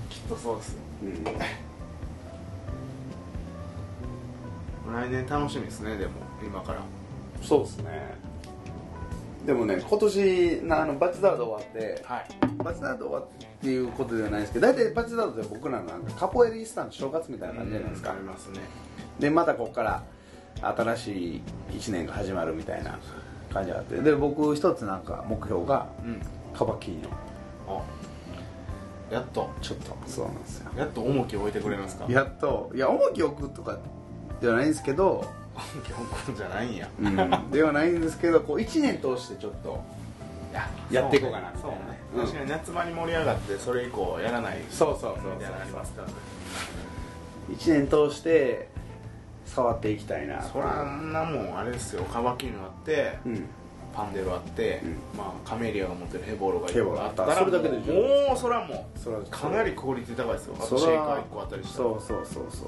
S1: きっとそうですよ
S2: うん
S1: 来年楽しみですねでも今から
S2: そうっすねでもね今年なあのバチザード終わって
S1: はい
S2: バチザード終わってっていうことではないですけど大体バチザードって僕らのなんかカポエリスタの正月みたいな感じじゃないですか、
S1: ありますね
S2: でまたここから新しい1年が始まるみたいな感じがあってで僕一つなんか目標が
S1: うん
S2: カバキーノ
S1: あやっと
S2: ちょっとそうなんですよ
S1: やっと重きを置いてくれますか
S2: やっといや重きを置くとかではないんですけど、
S1: 重きを置くんじゃないんや
S2: うん、ではないんですけどこう1年通してちょっとやっていこうかな
S1: そうね
S2: うん
S1: 確かに夏場に盛り上がってそれ以降やらない
S2: そうそうそう
S1: みたいなのありますからね
S2: 1年通して触っていきたいな
S1: そらあんなもんあれですよカバキリノあって
S2: うん
S1: パンデルあって
S2: うん
S1: まあカメリアが持ってるヘボロがいっぱい
S2: ヘボロ
S1: あ
S2: あ
S1: っ
S2: ったた
S1: ら
S2: それだけで十分
S1: もうそらも
S2: そら
S1: うかなりクオリティ高いですよあ
S2: そ
S1: と
S2: ら
S1: シェイカー1個あったりしたら
S2: そうそうそうそう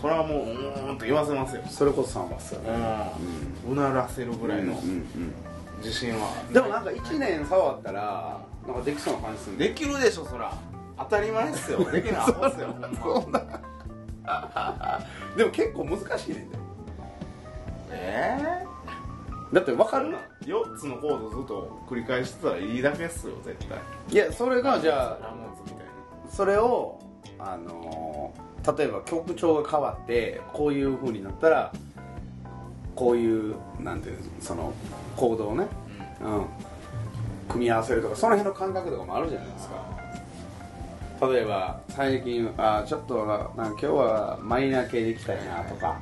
S1: そらもううーんと言わせますよ
S2: それこそサンバっすよね
S1: うんうならせるぐらいの
S2: うんうん
S1: 自信は
S2: うんでもなんか1年触ったらなんかできそうな感じするん
S1: できるでしょそら当たり前ですよできるのアホっすよ ほんま
S2: んなでも結構難しいねんだよ
S1: ええ
S2: だって分かる
S1: 4つのコードずっと繰り返してたらいいだけっすよ絶対
S2: いやそれがじゃあ
S1: ラモンズみたいに
S2: それをあのー例えば曲調が変わってこういう風になったらこういうなんていうのその行動をね、うん、組み合わせるとかその辺の感覚とかもあるじゃないですか例えば最近あーちょっとなんか今日はマイナー系でいきたいなとか、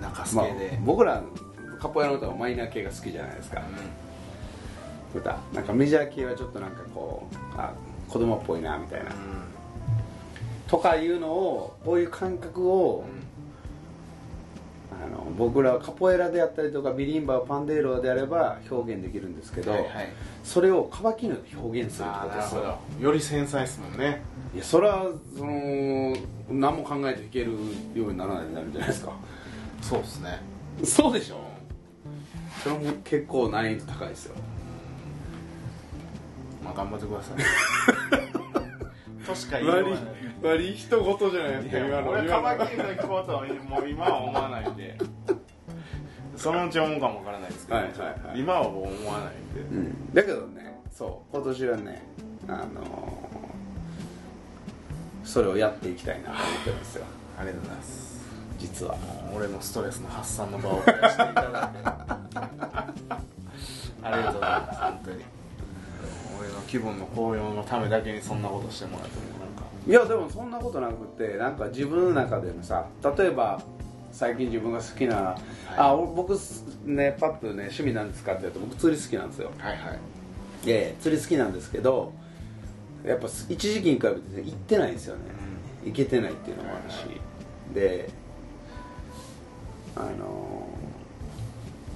S1: 中
S2: まあ
S1: 助で、
S2: 僕らカポエラの歌はマイナー系が好きじゃないですか、歌なんかメジャー系はちょっとなんかこうあ子供っぽいなみたいな、とかいうのをこういう感覚を、あの僕らはカポエラであったりとかビリンバパンデーロであれば表現できるんですけど、
S1: はいはい
S2: それをカバキので表現するって
S1: ああ
S2: こと
S1: な
S2: で
S1: る
S2: す
S1: ほ
S2: よ
S1: どより繊細っすもんね
S2: いやそれはその何も考えて弾けるようにならないとダメじゃないですか
S1: そうっすね
S2: そうでしょそれも結構難易度高いですよ
S1: まあ頑張ってくだ さいとしか言いよう
S2: 割
S1: が
S2: り
S1: ない
S2: 割り一言じゃないですか今の
S1: 俺
S2: 今
S1: カ
S2: の
S1: バキリの行くことはもう今は思わないんで そのうち思うかもわからないですけど、
S2: はいはいはい
S1: 今はもう思わないんで、
S2: うんだけどねそう今年はねあのーそれをやっていきたいなと思ってるんですよ
S1: ありがとうございます
S2: 実は
S1: 俺のストレスの発散の場を増やしてい ただいてありがとうございます本当に俺の気分の高揚のためだけにそんなことしてもらってもなんか
S2: いやでもそんなことなくってなんか自分の中でのさ例えば最近自分が好きな、あお僕すねパッとね趣味なんですかって言うと僕釣り好きなんですよ
S1: はいはい
S2: で釣り好きなんですけどやっぱす一時期に比べてね行ってないんですよね行けてないっていうのもあるし、であのー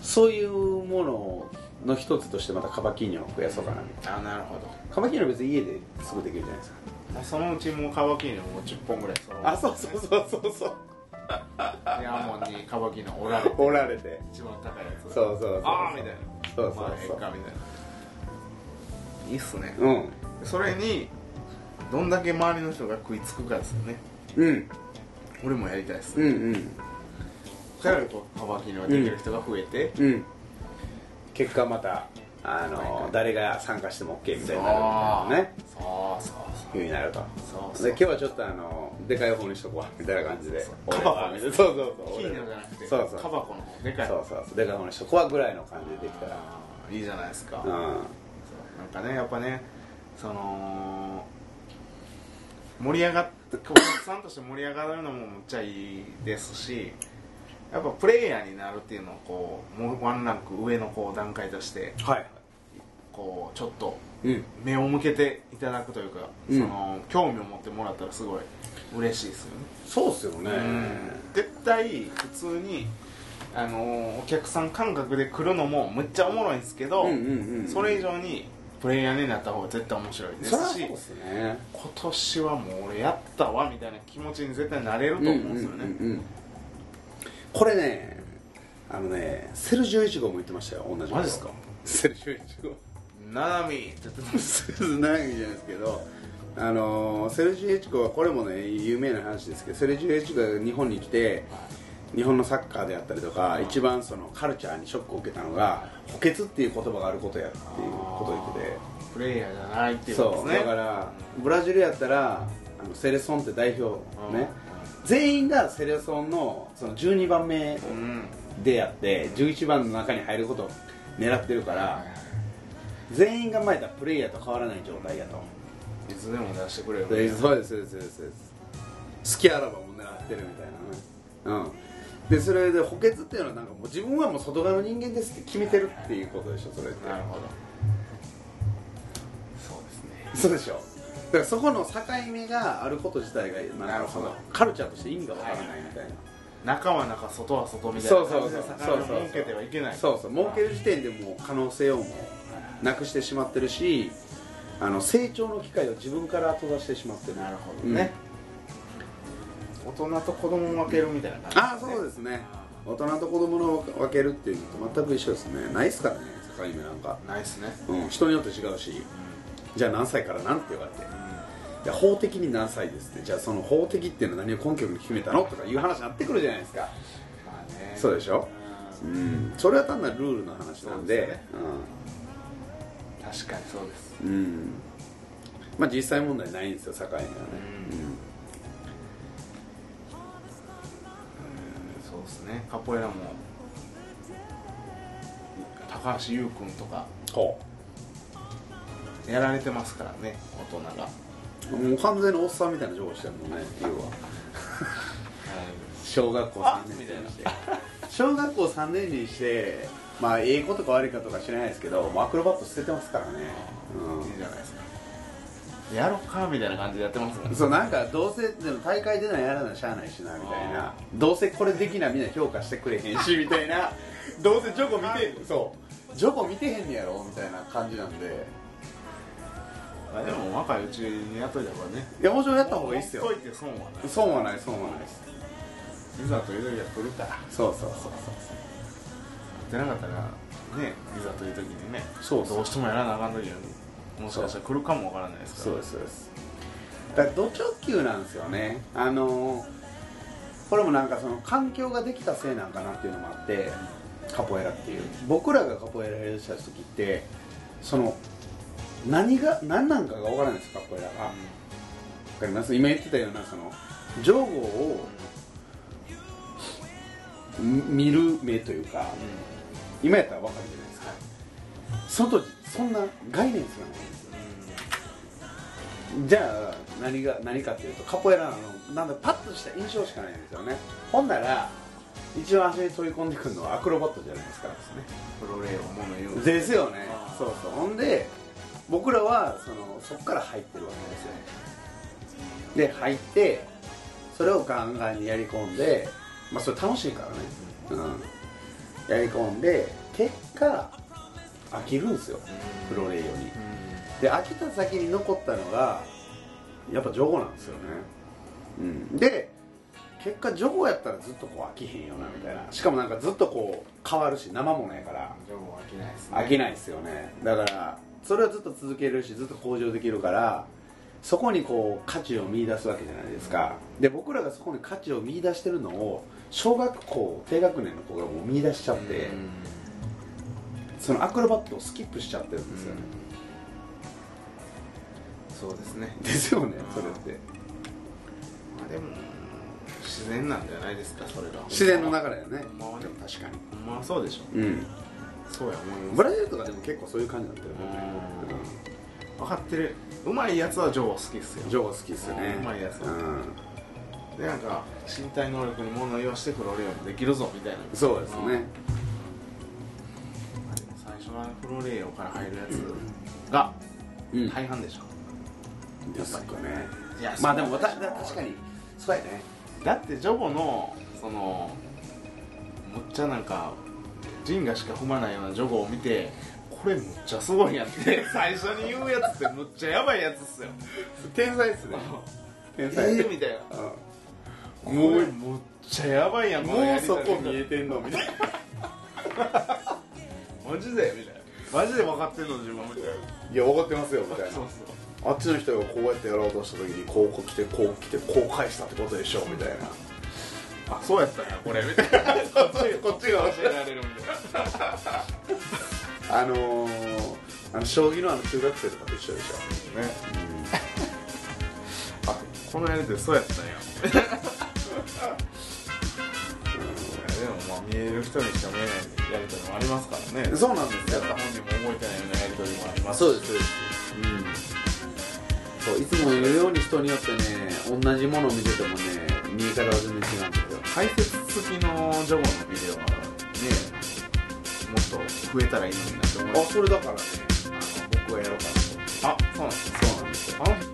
S2: そういうものの一つとしてまたカバキーニョを増やそうかなみたい
S1: あなるほど
S2: なカバキーニョは別に家ですぐできるじゃないですか
S1: もうそのうちもうカバキーノもう10本ぐらいその
S2: あそうそうそうそうそう
S1: ヤーモンにカバキーノおられて
S2: おられて
S1: 一番高いやつ
S2: そうそうそう
S1: ああみたいな
S2: そうそうそ
S1: ま
S2: う
S1: あええかみたいないいっすね
S2: うん
S1: それにどんだけ周りの人が食いつくかですよね
S2: うん
S1: 俺もやりたいです
S2: うんうん
S1: だからこうカバキのできる人が増えて、
S2: うん結果またあのー誰が参加しても OK みたいになるみたいなね
S1: そうそうそう
S2: 風になると
S1: そうそう
S2: で今日はちょっとあのでかい方にしとこうみたいな感じで
S1: そうそう
S2: 俺は
S1: カバコ
S2: そうそうそう
S1: 金
S2: 俺
S1: のじゃ
S2: は
S1: なくて
S2: そうそう
S1: カバコの方でかい
S2: そうそうそうでかい方にしとこうぐらいの感じでできたら
S1: あーいいじゃないですか、
S2: う
S1: なん
S2: ん
S1: かねやっぱねその盛り上がっお客さんとして盛り上がるのもむっちゃいいですしやっぱプレイヤーになるっていうのをこうもうワンランク上のこう段階として
S2: はい
S1: こうちょっと
S2: うん
S1: 目を向けていただくというか、
S2: うん
S1: その興味を持ってもらったらすごい嬉しいですよね
S2: そうっすよね
S1: 絶対普通にあのーお客さん感覚で来るのもむっちゃおもろいんですけど、
S2: うんうんうん
S1: それ以上にプレイヤーになった方が絶対面白いで
S2: そりゃ
S1: す
S2: そう
S1: し
S2: っすね
S1: 今年はもう俺やったわみたいな気持ちに絶対なれると思うんですよね、
S2: うんうんうんうんこれねあのねセルジオイチゴも言ってましたよ同じこと
S1: マジっすか
S2: セルジオイチゴ
S1: ななみって言ってたん です
S2: ないじゃないですけどあのーセルジュ・エチコはこれもね有名な話ですけどセルジュ・エチコが日本に来て日本のサッカーであったりとか、一番そのカルチャーにショックを受けたのが補欠っていう言葉があることやっていうことを言ってて
S1: プレイヤーじゃないっていうことです
S2: そう
S1: ね
S2: だからブラジルやったらあのセレソンって代表
S1: うん
S2: ね、全員がセレソンのその12番目
S1: うん
S2: であって11番の中に入ることを狙ってるから全員が前だプレイヤーと変わらない状態やと
S1: つでも出してくれよ
S2: でそうですそうですそうですそうです好きあらばもう狙ってるみたいなねうんでそれで補欠っていうのはなんかもう自分はもう外側の人間ですって決めてるっていうことでしょそれって
S1: なるほどそうですね
S2: そうでしょだからそこの境目があること自体がなんか
S1: なるほど
S2: そのカルチャーとして意味がわからないみたいな、
S1: 中は中外は外みたいな感じで
S2: そうそうそう
S1: 魚を
S2: そうそう
S1: 儲けてはいけない
S2: そうそう儲ける時点でもう可能性をもうなくしてしまってるしあの成長の機会を自分から閉ざしてしまってる
S1: なるほどね、大人と子供を分けるみたいな感じ
S2: ああそうですね大人と子供の分けるっていうのと全く一緒ですねないっすからね境目なんか、
S1: ないっすね
S2: うん、人によって違うしじゃあ何歳からなんて言われていや法的に何歳ですってじゃあその法的っていうのは何を根拠に決めたのとかいう話になってくるじゃないですか
S1: まあね
S2: そうでしょ
S1: う
S2: うんそれは単なるルールの話なんで
S1: そうですよん確かにそうです
S2: うん、うんまあ実際問題ないんですよ境目はね、
S1: そうですねカポエラも高橋優君とか
S2: ほ
S1: やられてますからね大人が、は
S2: うもう完全におっさんみたいな情報してるもんね要は小学校3年生にして小学校3年にしてまあええことか悪いかとか知らないですけどもうアクロバット捨ててますから
S1: い、
S2: ね、
S1: いいじゃないですかやろっかみたいな感じでやってますもん
S2: うん、
S1: ね
S2: そうなんかどうせでも大会出ないやらなしゃあないしなみたいなどうせこれできなみんな評価してくれへんしみた いなどうせジョコ見てそうジョコ見てへんねやろみたいな感じなんで
S1: あでも若いうちに雇いた方がね
S2: いやもちろんやった方がいいっす
S1: ほ
S2: よ
S1: っといて損はない
S2: 損はない損はないです
S1: いざという時は来るから
S2: そうそうそう
S1: 出なかったらねいざという時にね
S2: そうそう
S1: どうしてもやらなあかん時にもしかしたら来るかもわからないですから
S2: そうですそうですだからド直球なんですよねあのーこれもなんかその環境ができたせいなんかなっていうのもあってカポエラっていう僕らがカポエラやりだした時ってその何が何なんかが分からないんですカポエラが分かります今言ってたようなその情報をみ見る目というか今やったら分かるじゃないですか外そんな概念すらないんですよじゃあ何が何かっていうとカポエラのなんだパッとした印象しかないんですよねほんなら一番足に取り込んでくるのはアクロバットじゃないですか
S1: プロレイをもの言う
S2: ですよね
S1: あー
S2: そうそうほんで僕らはそのそこから入ってるわけですよで入ってそれをガンガンにやり込んでまあそれ楽しいからねうんやり込んで結果飽きるんですよプロレイよりで飽きた先に残ったのがやっぱジョゴなんですよね、うん、で結果ジョゴやったらずっとこう飽きへんよなみたいなしかもなんかずっとこう変わるし生ものやから
S1: ジョブは飽きないですね
S2: 飽きないですよねだからそれはずっと続けるしずっと向上できるからそこにこう価値を見出すわけじゃないですかで僕らがそこに価値を見出してるのを小学校低学年の子がもう見出しちゃって、そのアクロバットをスキップしちゃってるんですよね、
S1: そうですね
S2: ですよねそれって
S1: まあでも自然なんじゃないですかそれが
S2: 自然の流れだよね
S1: ほんまはね
S2: 確か
S1: ほんまあそうでしょ
S2: にうん
S1: そうや思いま
S2: ブ
S1: す
S2: ラジルとかでも結構そういう感じになってるよね
S1: 分かってるうまいやつはジョーは好きっすよ
S2: ジョーが好きですよね
S1: うまいやつ
S2: うん
S1: でなんか身体能力に物言わしてプロレイもできるぞみたいな
S2: そうですね
S1: でも最初はプロレイヤーから入るやつが
S2: うん
S1: 大半でしょ、
S2: ですかね
S1: いや
S2: まあでも私確かにそうやね
S1: だってジョボのそのむっちゃなんかジンガしか踏まないようなジョゴを見てこれむっちゃすごいやんって 最初に言うやつってむっちゃやばいやつっすよ
S2: 天才ですね
S1: え
S2: 天才
S1: ー、みたいな
S2: うん
S1: も
S2: も
S1: う
S2: う
S1: むっちゃやばいやん
S2: もうそこ見えてんのみたいな
S1: マジでみたいなマジで分かってんの自分みたい
S2: いや分かってますよみた
S1: な
S2: いな
S1: そうそう
S2: あっちの人がこうやってやろうとした時にこう来てこう来てこう返したってことでしょみたい な
S1: あそうやったんや これみたいなこっちこっちが教えられるみたいな
S2: あのー、あの将棋のあの中学生とかと一緒でし
S1: ね、あこのやりでそうやったんやでもまあ見える人にしか見えないやり取りもありますからね
S2: ょそうなんです
S1: やった本人も覚えてないようなやり取りもあります
S2: そうです、うん、そういつも言うように人によってね同じものを見ててもね見え方が全然違うんですよ
S1: 解説付きのジョゴのビデオはねもっと増えたらいいのになって思いま
S2: あ
S1: す
S2: それだからね
S1: あの僕はやろうかなとあそうなんです
S2: そうなんですよ
S1: あの人